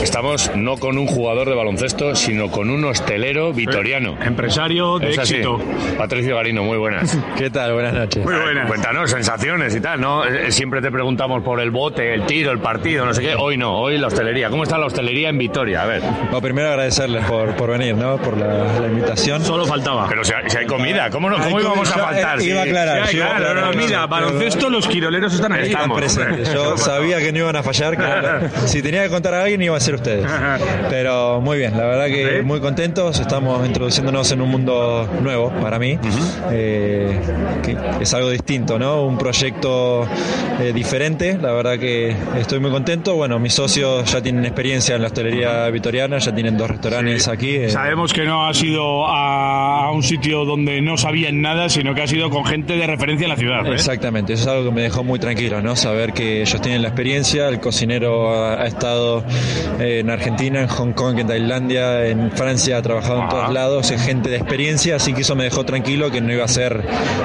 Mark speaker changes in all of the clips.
Speaker 1: Estamos no con un jugador de baloncesto, sino con un hostelero vitoriano.
Speaker 2: Eh, em,
Speaker 3: Empresario de
Speaker 1: Es así.
Speaker 3: éxito.
Speaker 1: Patricio Garino, muy buenas.
Speaker 2: ¿Qué tal? Buenas noches.
Speaker 3: Muy buena.
Speaker 1: Cuéntanos sensaciones y tal, ¿no? Eh, Siempre te preguntamos por el bote, el tiro, el partido, no sé qué. Hoy no, hoy la hostelería. ¿Cómo está la hostelería en Vitoria? A ver,
Speaker 2: Bueno, primero agradecerles por, por venir, ¿no? Por la, la invitación.
Speaker 3: Solo faltaba.
Speaker 1: pero si hay, si hay comida, ¿cómo, no, cómo
Speaker 2: Ay,
Speaker 1: íbamos a
Speaker 2: yo, eh,
Speaker 1: faltar?
Speaker 2: Iba a
Speaker 1: Sí.
Speaker 2: aclarar.
Speaker 3: Sí,
Speaker 2: yo-
Speaker 3: claro, no, mira,
Speaker 2: yo-
Speaker 3: baloncesto los quiroleros están ahí.
Speaker 2: Están
Speaker 3: Estamos,
Speaker 2: presentes.
Speaker 3: hombre.
Speaker 2: Yo sabía que no iban a fallar. que no- si tenía que contar a alguien, iba a ser ustedes. Pero muy bien, la verdad que
Speaker 3: ¿Sí?
Speaker 2: muy contentos. Estamos introduciéndonos en un mundo nuevo para mí. Eh, que es algo distinto, ¿no? Un proyecto eh, diferente. La verdad que estoy muy contento. Bueno, mis socios ya tienen experiencia en la hostelería vitoriana, ya tienen dos restaurantes aquí. eh,
Speaker 3: Sabemos que no ha sido a, a un sitio donde no sabían nada, sino que ha sido con gente de referencia en la ciudad. ¿eh?
Speaker 2: Exactamente, eso es algo que me dejó muy tranquilo, ¿no? Saber que ellos tienen la experiencia, el cocinero ha, ha estado eh, en Argentina, en Hong Kong, en Tailandia, en Francia, ha trabajado en
Speaker 3: Ajá.
Speaker 2: todos lados, es gente de experiencia, así que eso me dejó tranquilo que no iba a ser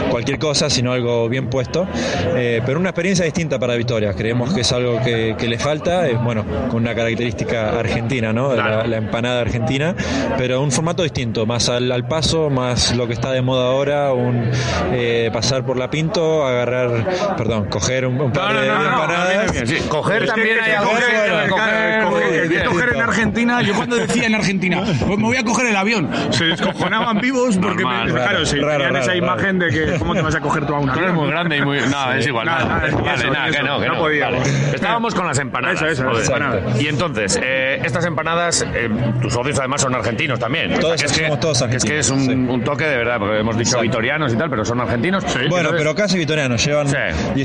Speaker 2: cualquier cosa, sino algo bien puesto. Eh, pero una experiencia distinta para Vitoria, creemos que es algo que, que le falta, eh, bueno, con una característica argentina, ¿no?
Speaker 1: Claro.
Speaker 2: La, la empanada argentina, pero un formato distinto, más al, al paso, más lo que está de moda ahora, un eh, pasar por la pinto, agarrar, perdón, coger un, un
Speaker 1: No,
Speaker 2: par
Speaker 1: no,
Speaker 2: de
Speaker 1: no, no,
Speaker 2: empanadas.
Speaker 1: bien, bien, sí. Coger
Speaker 3: Es que-
Speaker 1: también hay
Speaker 3: que
Speaker 1: algo.
Speaker 3: coger,
Speaker 2: bueno,
Speaker 3: coger,
Speaker 2: coger,
Speaker 3: coger,
Speaker 2: bien,
Speaker 3: que coger en
Speaker 2: bien.
Speaker 3: Argentina, yo cuando decía en Argentina, pues me voy a coger el avión, se descojonaban vivos porque
Speaker 1: Normal,
Speaker 3: me-
Speaker 1: raro,
Speaker 3: claro, se
Speaker 2: raro,
Speaker 3: tenían esa
Speaker 2: raro,
Speaker 3: imagen de que cómo te vas a coger tú a una.
Speaker 1: Tú eres muy grande y muy. No, es igual.
Speaker 3: Nada,
Speaker 1: nada.
Speaker 3: eso,
Speaker 1: Vale, nada,
Speaker 3: eso,
Speaker 1: que no, que
Speaker 3: no
Speaker 1: no.
Speaker 3: podía.
Speaker 1: Vale. Estábamos con las empanadas.
Speaker 3: Eso, eso,
Speaker 1: joder.
Speaker 2: exacto.
Speaker 1: Y entonces, eh, estas empanadas, eh, tus socios además son argentinos también.
Speaker 2: Todos
Speaker 1: que es que,
Speaker 2: somos todos
Speaker 1: Es que es un,
Speaker 2: argentinos,
Speaker 1: un toque de verdad, porque hemos dicho vitorianos y tal, pero son argentinos.
Speaker 2: Bueno,
Speaker 1: Entonces-
Speaker 2: pero casi vitorianos, llevan
Speaker 1: Sí.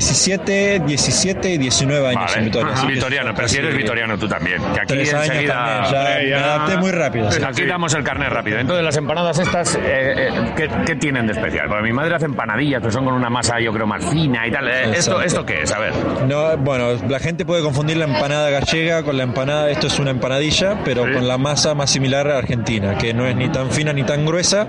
Speaker 2: 17, 17 y 19 años
Speaker 1: Vale.
Speaker 2: en Vitoria.
Speaker 1: Ajá.
Speaker 2: así que
Speaker 1: Vitoriano,
Speaker 2: son
Speaker 1: pero si
Speaker 2: casi
Speaker 1: eres vitoriano tú también. Que aquí
Speaker 2: Tres años
Speaker 1: enseguida.
Speaker 2: también, ya
Speaker 1: Hombre, Pues
Speaker 2: me adapté muy rápido. sí.
Speaker 1: Aquí damos el carnet rápido. Entonces, las empanadas estas, eh, eh, ¿qué, qué tienen de especial? Porque mi madre hace empanadillas, pero son con una masa, yo creo, más fina y tal. Eh, ¿Esto,
Speaker 2: Exacto.
Speaker 1: ¿Esto qué es? A ver.
Speaker 2: No, bueno, la gente puede confundir la empanada gallega con la empanada, esto es una empanadilla, pero con la masa más similar a la argentina, que no es ni tan fina ni tan gruesa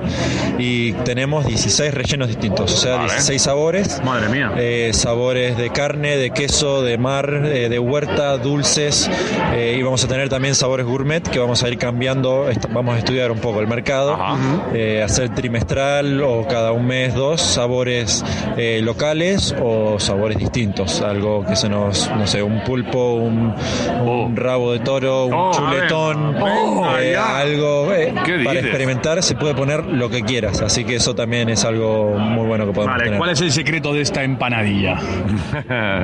Speaker 2: y tenemos 16 rellenos distintos, o sea,
Speaker 1: Vale.
Speaker 2: 16 sabores.
Speaker 3: Madre mía.
Speaker 2: Eh, sabores de carne, de queso, de mar, eh, de huerta, dulces eh, y vamos a tener también sabores gourmet que vamos a ir cambiando, est- vamos a estudiar un poco el mercado,
Speaker 1: Ajá.
Speaker 2: eh, hacer trimestral o cada un mes dos sabores eh, locales o sabores distintos, algo que se nos, no sé, un pulpo, un, un rabo de toro, un
Speaker 1: Oh, a ver.
Speaker 2: chuletón,
Speaker 1: Oh,
Speaker 2: eh,
Speaker 1: ya.
Speaker 2: algo eh,
Speaker 1: ¿Qué
Speaker 2: para
Speaker 1: dices?
Speaker 2: experimentar se puede poner lo que quieras, así que eso también es algo muy bueno que podemos
Speaker 3: Vale,
Speaker 2: tener.
Speaker 3: ¿cuál es el secreto de esta empanadilla?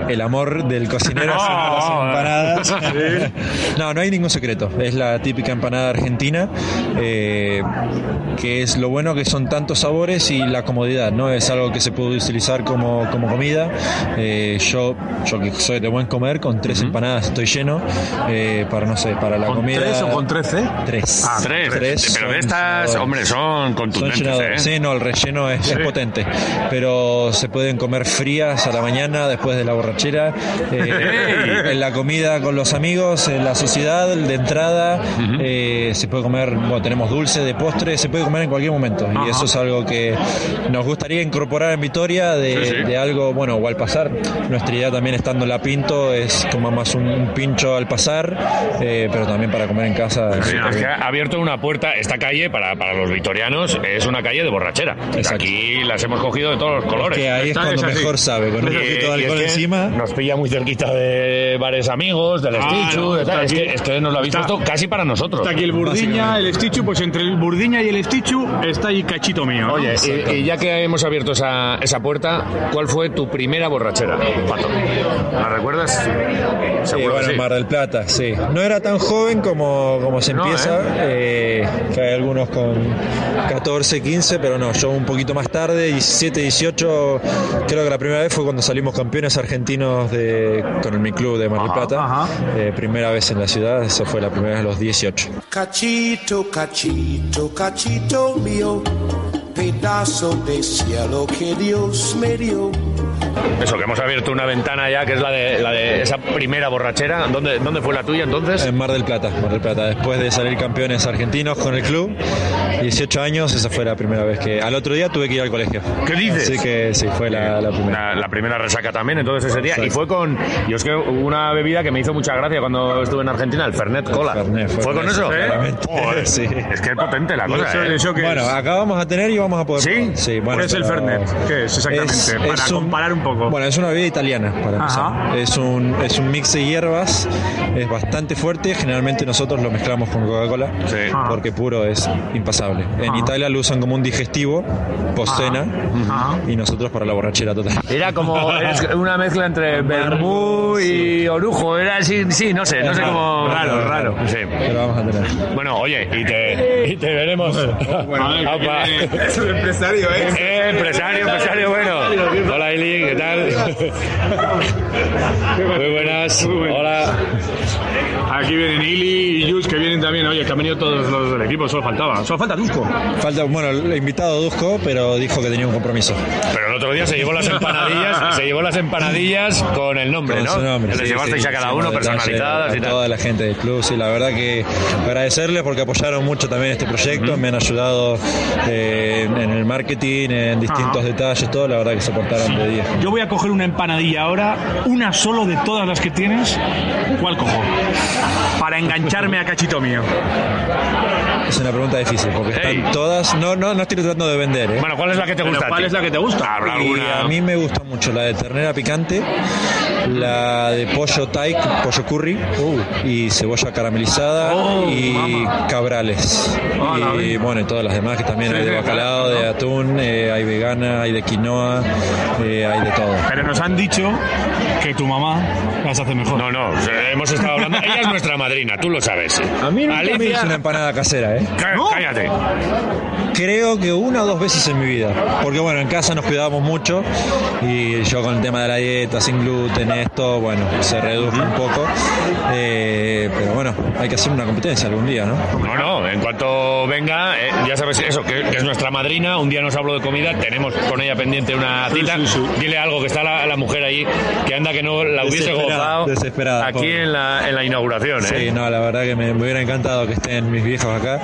Speaker 2: El amor del cocinero
Speaker 1: Oh,
Speaker 2: hacia las
Speaker 1: oh,
Speaker 2: empanadas. no, no hay ningún secreto. Es la típica empanada argentina, eh, que es lo bueno que son tantos sabores y la comodidad, ¿no? Es algo que se puede utilizar como, como comida. Eh, yo, yo que soy de buen comer, con tres empanadas estoy lleno. eh, para, no sé, para la comida...
Speaker 3: trece?
Speaker 2: Tres.
Speaker 3: Ah,
Speaker 1: ¿eh? Tres, pero
Speaker 2: son
Speaker 1: de estas,
Speaker 2: llenadores.
Speaker 1: hombre, son
Speaker 2: Son
Speaker 1: contundentes.
Speaker 2: llenadores.
Speaker 1: ¿eh?
Speaker 2: Sí, no, el relleno es, es potente. Pero se pueden comer frías a la mañana, después de la borrachera, eh, en la comida con los amigos, en la sociedad, de entrada. eh, se puede comer, bueno, tenemos dulce de postre, se puede comer en cualquier momento. Y eso es algo que nos gustaría incorporar en Vitoria de,
Speaker 1: Sí, sí.
Speaker 2: de algo, bueno, o al pasar. Nuestra idea también estando en la Pinto es como más un, un pincho al pasar, eh, pero también para comer en casa.
Speaker 1: Sí,
Speaker 2: Está
Speaker 1: es que
Speaker 2: bien.
Speaker 1: ha abierto una puerta, esta calle para, para los vitorianos es una calle de borrachera.
Speaker 2: Exacto.
Speaker 1: Aquí las hemos cogido de todos los colores.
Speaker 2: Que ahí es
Speaker 3: Está- es
Speaker 2: cuando
Speaker 3: así.
Speaker 2: mejor sabe, con un
Speaker 1: Y-
Speaker 2: poquito de
Speaker 1: y es
Speaker 2: alcohol
Speaker 1: que
Speaker 2: encima.
Speaker 1: Nos pilla muy cerquita de bares amigos, del
Speaker 3: Claro,
Speaker 1: Estichu, de tal.
Speaker 3: está
Speaker 1: Es que,
Speaker 3: aquí.
Speaker 1: es que nos lo habéis
Speaker 3: Está-
Speaker 1: puesto casi para nosotros.
Speaker 3: Está aquí el Burdiña, el Estichu, pues entre el Burdiña y el Estichu está ahí cachito mío. ¿no?
Speaker 1: Oye, y, y ya que hemos abierto esa, esa puerta, ¿cuál fue tu primera borrachera, Pato? ¿La recuerdas?
Speaker 2: Sí,
Speaker 1: Seguro
Speaker 2: bueno,
Speaker 1: que sí.
Speaker 2: Mar del Plata, sí. No era tan joven como, como se
Speaker 1: No,
Speaker 2: empieza, eh, que hay algunos con 14, 15, pero no, yo un poquito más tarde, 17, 18, creo que la primera vez fue cuando salimos campeones argentinos de, con el mi club de Mar del
Speaker 1: Ajá,
Speaker 2: Plata,
Speaker 3: ajá.
Speaker 2: Eh, primera vez en la ciudad, eso fue la primera vez a los 18.
Speaker 4: Cachito, cachito, cachito mío, pedazo de cielo que Dios me dio,
Speaker 1: Eso, que hemos abierto una ventana ya, que es la de, la de esa primera borrachera. ¿Dónde, ¿Dónde fue la tuya entonces?
Speaker 2: En Mar del Plata, Mar del Plata. Después de salir campeones argentinos con el club, 18 años, esa fue la primera vez que. Al otro día tuve que ir al colegio.
Speaker 1: ¿Qué dices?
Speaker 2: Así que sí, fue la, la primera.
Speaker 1: La, la primera resaca también, entonces ese día.
Speaker 2: Exacto.
Speaker 1: Y fue con. Yo es que hubo una bebida que me hizo mucha gracia cuando estuve en Argentina, el Fernet Cola.
Speaker 2: Fernet,
Speaker 1: fue,
Speaker 2: fue
Speaker 1: con
Speaker 2: con
Speaker 1: eso?
Speaker 2: eso,
Speaker 1: ¿Eh?
Speaker 2: claramente.
Speaker 1: Joder,
Speaker 2: Sí.
Speaker 1: Es que es potente la cosa.
Speaker 5: Eso-
Speaker 1: ¿eh?
Speaker 5: eso que
Speaker 2: Bueno,
Speaker 5: es.
Speaker 2: acá vamos a tener y vamos a poder.
Speaker 1: ¿Sí?
Speaker 2: probar. sí bueno,
Speaker 5: ¿Cuál es el
Speaker 2: pero-
Speaker 5: Fernet? ¿Qué es exactamente? Para comparar un poco.
Speaker 2: Bueno, es una bebida italiana, para
Speaker 5: Ajá.
Speaker 2: empezar. Es un, es un mix de hierbas, es bastante fuerte. Generalmente nosotros lo mezclamos con Coca-Cola, Ah.
Speaker 1: Sí.
Speaker 2: porque puro es impasable.
Speaker 5: Ah.
Speaker 2: En Italia lo usan como un digestivo, post-cena,
Speaker 5: Ajá.
Speaker 2: y nosotros para la borrachera total.
Speaker 1: Era como es una mezcla entre vermú y orujo. Era así, sí, no sé, no sé cómo.
Speaker 5: Raro, raro.
Speaker 1: Sí.
Speaker 2: Pero vamos a tener.
Speaker 1: Bueno, oye, y te, y te veremos. Apa.
Speaker 5: Es un empresario,
Speaker 1: Eh, empresario, empresario, bueno. Hola, Ili, ¿qué tal? Muy buenas. Hola.
Speaker 3: Aquí vienen Ili y Yus, que vienen también. Oye, que han venido todos los del equipo, solo faltaba. Solo falta Dusko.
Speaker 2: Falta, bueno, el invitado Dusko, pero dijo que tenía un compromiso.
Speaker 1: Pero el otro día se llevó las empanadillas, se llevó las empanadillas con el nombre,
Speaker 2: Con
Speaker 1: ¿no?
Speaker 2: su nombre,
Speaker 1: Que Les
Speaker 2: sí,
Speaker 1: llevasteis
Speaker 2: sí,
Speaker 1: a cada
Speaker 2: hicimos
Speaker 1: uno
Speaker 2: detalle
Speaker 1: personalizadas
Speaker 2: a
Speaker 1: y tal.
Speaker 2: Toda la gente del club, sí, la verdad que agradecerles porque apoyaron mucho también este proyecto, me han ayudado eh, en el marketing, en distintos detalles, todo, la verdad que se portaron de 10.
Speaker 3: Yo voy a coger una empanadilla ahora, una solo de todas las que tienes. ¿Cuál cojo?
Speaker 5: Para engancharme a cachito mío.
Speaker 2: Es una pregunta difícil porque
Speaker 1: Ey.
Speaker 2: están todas, no, no, no estoy tratando de vender, ¿eh?
Speaker 1: Bueno, ¿cuál es la que te gusta? a
Speaker 3: ¿Cuál
Speaker 1: ti?
Speaker 3: es la que te gusta?
Speaker 1: Habrá
Speaker 2: Y
Speaker 1: alguna.
Speaker 2: a mí me gusta mucho la de ternera picante, la de pollo Thai, pollo curry y cebolla caramelizada
Speaker 5: Uh. Oh,
Speaker 2: y
Speaker 5: mamá.
Speaker 2: cabrales.
Speaker 5: Ah, la
Speaker 2: y
Speaker 5: vi.
Speaker 2: bueno, y todas las demás que también
Speaker 5: Sí,
Speaker 2: hay de
Speaker 5: sí,
Speaker 2: bacalao,
Speaker 5: claro,
Speaker 2: de
Speaker 5: ¿no?
Speaker 2: atún, eh, hay vegana, hay de quinoa, eh, hay de todo.
Speaker 3: Pero nos han dicho que tu mamá las hace mejor.
Speaker 1: No, no, se- hemos estado hablando. Ella es nuestra madrina, tú lo sabes.
Speaker 2: A mí nunca me
Speaker 1: Alicia-
Speaker 2: hice una empanada casera, ¿eh?
Speaker 1: Cá-
Speaker 5: ¿No?
Speaker 1: Cállate.
Speaker 2: Creo que una o dos veces en mi vida. Porque bueno, en casa nos cuidábamos mucho y yo con el tema de la dieta, sin gluten, esto, bueno, se redujo un poco. Eh, pero bueno, hay que hacer una competencia algún día, ¿no?
Speaker 1: No, no, en cuanto venga, eh, ya sabes eso, que, que es nuestra madrina, un día nos habló de comida, tenemos con ella pendiente una cita, dile algo, que está la, la mujer ahí, que anda que no la hubiese
Speaker 2: Desesperada,
Speaker 1: gozado
Speaker 2: desesperada,
Speaker 1: aquí
Speaker 2: pobre.
Speaker 1: en la, en la inauguración,
Speaker 2: Sí,
Speaker 1: ¿eh?
Speaker 2: no, la verdad que me, me hubiera encantado que estén mis viejos acá,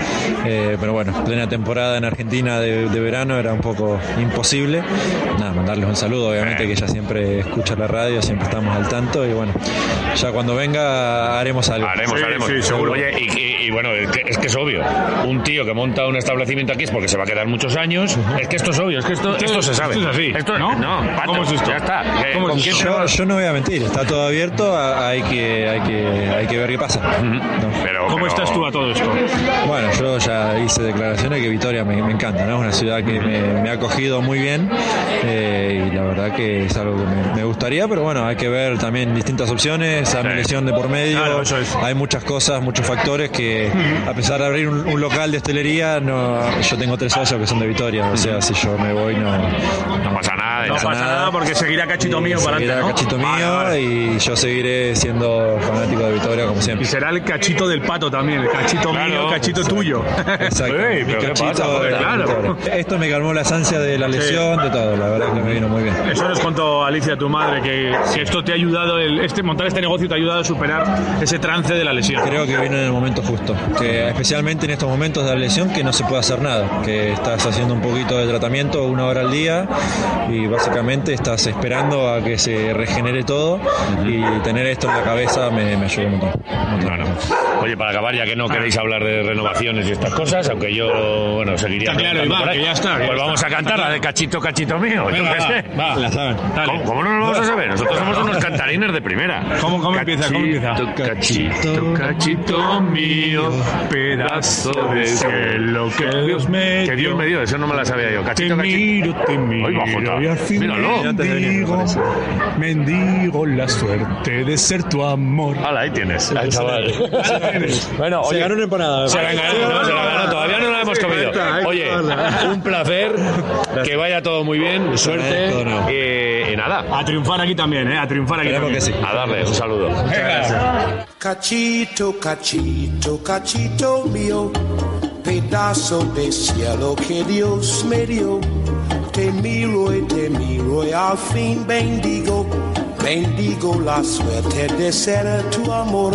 Speaker 2: eh, pero bueno, plena temporada en Argentina de, de verano era un poco imposible. Nada, mandarles un saludo, obviamente, que ella siempre escucha la radio, siempre estamos al tanto y bueno, ya cuando venga haremos algo.
Speaker 1: Haremos,
Speaker 5: Sí,
Speaker 1: haremos.
Speaker 5: sí, seguro.
Speaker 1: Oye, y, y- y bueno, es que- es que es obvio. Un tío que monta un establecimiento aquí es porque se va a quedar muchos años. Es que esto es obvio, es que esto, esto se sabe.
Speaker 3: esto es así,
Speaker 1: Esto-
Speaker 3: ¿no?
Speaker 1: pato,
Speaker 3: ¿Cómo es esto?
Speaker 1: Ya está. Eh, ¿con quién
Speaker 2: Yo,
Speaker 1: tenemos?
Speaker 2: yo no voy a mentir, está todo abierto, a- hay que, hay que, hay que ver qué pasa. ¿no?
Speaker 1: Pero-
Speaker 3: ¿Cómo
Speaker 1: pero-
Speaker 3: estás tú a todo esto?
Speaker 2: Bueno, yo ya hice declaraciones que Vitoria me, me encanta, ¿no? Es una ciudad que me, me ha acogido muy bien eh, y la verdad que es algo que me, me gustaría, pero bueno, hay que ver también distintas opciones, hay una lesión de por medio,
Speaker 5: Claro, eso es.
Speaker 2: hay muchas cosas, muchos factores que a pesar de abrir un, un local de hostelería, no, yo tengo tres socios que son de Vitoria, o sea, si yo me voy no,
Speaker 1: No pasa nada.
Speaker 5: No
Speaker 1: ya
Speaker 5: pasa nada porque seguirá cachito mío para
Speaker 2: seguirá
Speaker 5: adelante. ¿no?
Speaker 2: cachito mío
Speaker 5: Vale, vale.
Speaker 2: y yo seguiré siendo fanático de Vitoria como
Speaker 5: Y
Speaker 2: siempre.
Speaker 5: será el cachito del pato también, el cachito
Speaker 1: Claro.
Speaker 5: mío, el cachito tuyo.
Speaker 2: Exacto.
Speaker 1: Ey, pero
Speaker 2: Mi
Speaker 1: ¿qué
Speaker 2: cachito
Speaker 1: pasa, joder?
Speaker 2: de-
Speaker 5: Claro.
Speaker 2: Esto me calmó las ansias de la lesión, de todo. La verdad que me vino muy bien.
Speaker 5: Eso nos contó Alicia, tu madre, que, que esto te ha ayudado, el, este montar este negocio te ha ayudado a superar ese trance de la lesión.
Speaker 2: Creo que vino en el momento justo. Que especialmente en estos momentos de la lesión que no se puede hacer nada. Que estás haciendo un poquito de tratamiento, una hora al día, y básicamente estás esperando a que se regenere todo. Y tener esto en la cabeza me, me ayudó un montón. un montón.
Speaker 1: No, no. Oye, para acabar, ya que
Speaker 3: Ah.
Speaker 1: no queréis hablar de renovaciones y estas cosas, aunque yo, bueno, seguiría.
Speaker 3: Está claro,
Speaker 1: preguntando
Speaker 3: Iván,
Speaker 1: por ahí,
Speaker 3: que ya está, que
Speaker 1: pues
Speaker 3: ya
Speaker 1: vamos
Speaker 3: está,
Speaker 1: a cantar la de cachito, cachito mío. yo
Speaker 3: Venga,
Speaker 1: qué sé.
Speaker 3: va, va.
Speaker 1: ¿Cómo, cómo no lo vamos a saber? Nosotros somos unos cantarines de primera.
Speaker 3: ¿Cómo- cómo empieza? ¿Cómo empieza?
Speaker 1: Cachito,
Speaker 3: Oh,
Speaker 1: cachito mío, pedazo de cielo que Dios me que Dios me dio. Eso no me la sabía yo. Cachito, cachito.
Speaker 3: te
Speaker 1: Ay, va, Jota. Míralo.
Speaker 3: mendigo la suerte de ser tu amor.
Speaker 1: Hala, ahí tienes. Al chaval. Bueno,
Speaker 2: Se
Speaker 1: oye.
Speaker 2: ganó una empanada.
Speaker 1: Se la ganó, no, se la ganó, todavía no la hemos comido. Oye, un placer, que vaya todo muy bien, suerte
Speaker 2: agradezco, no.
Speaker 1: eh, y nada,
Speaker 3: A triunfar aquí también, ¿eh? A triunfar aquí
Speaker 2: Esperemos
Speaker 3: también.
Speaker 2: que sí.
Speaker 1: a darle un saludo.
Speaker 4: Cachito, cachito, cachito mío, pedazo de cielo que Dios me dio. Temiro, Temiro, al fin bendigo, bendigo la suerte de ser tu amor.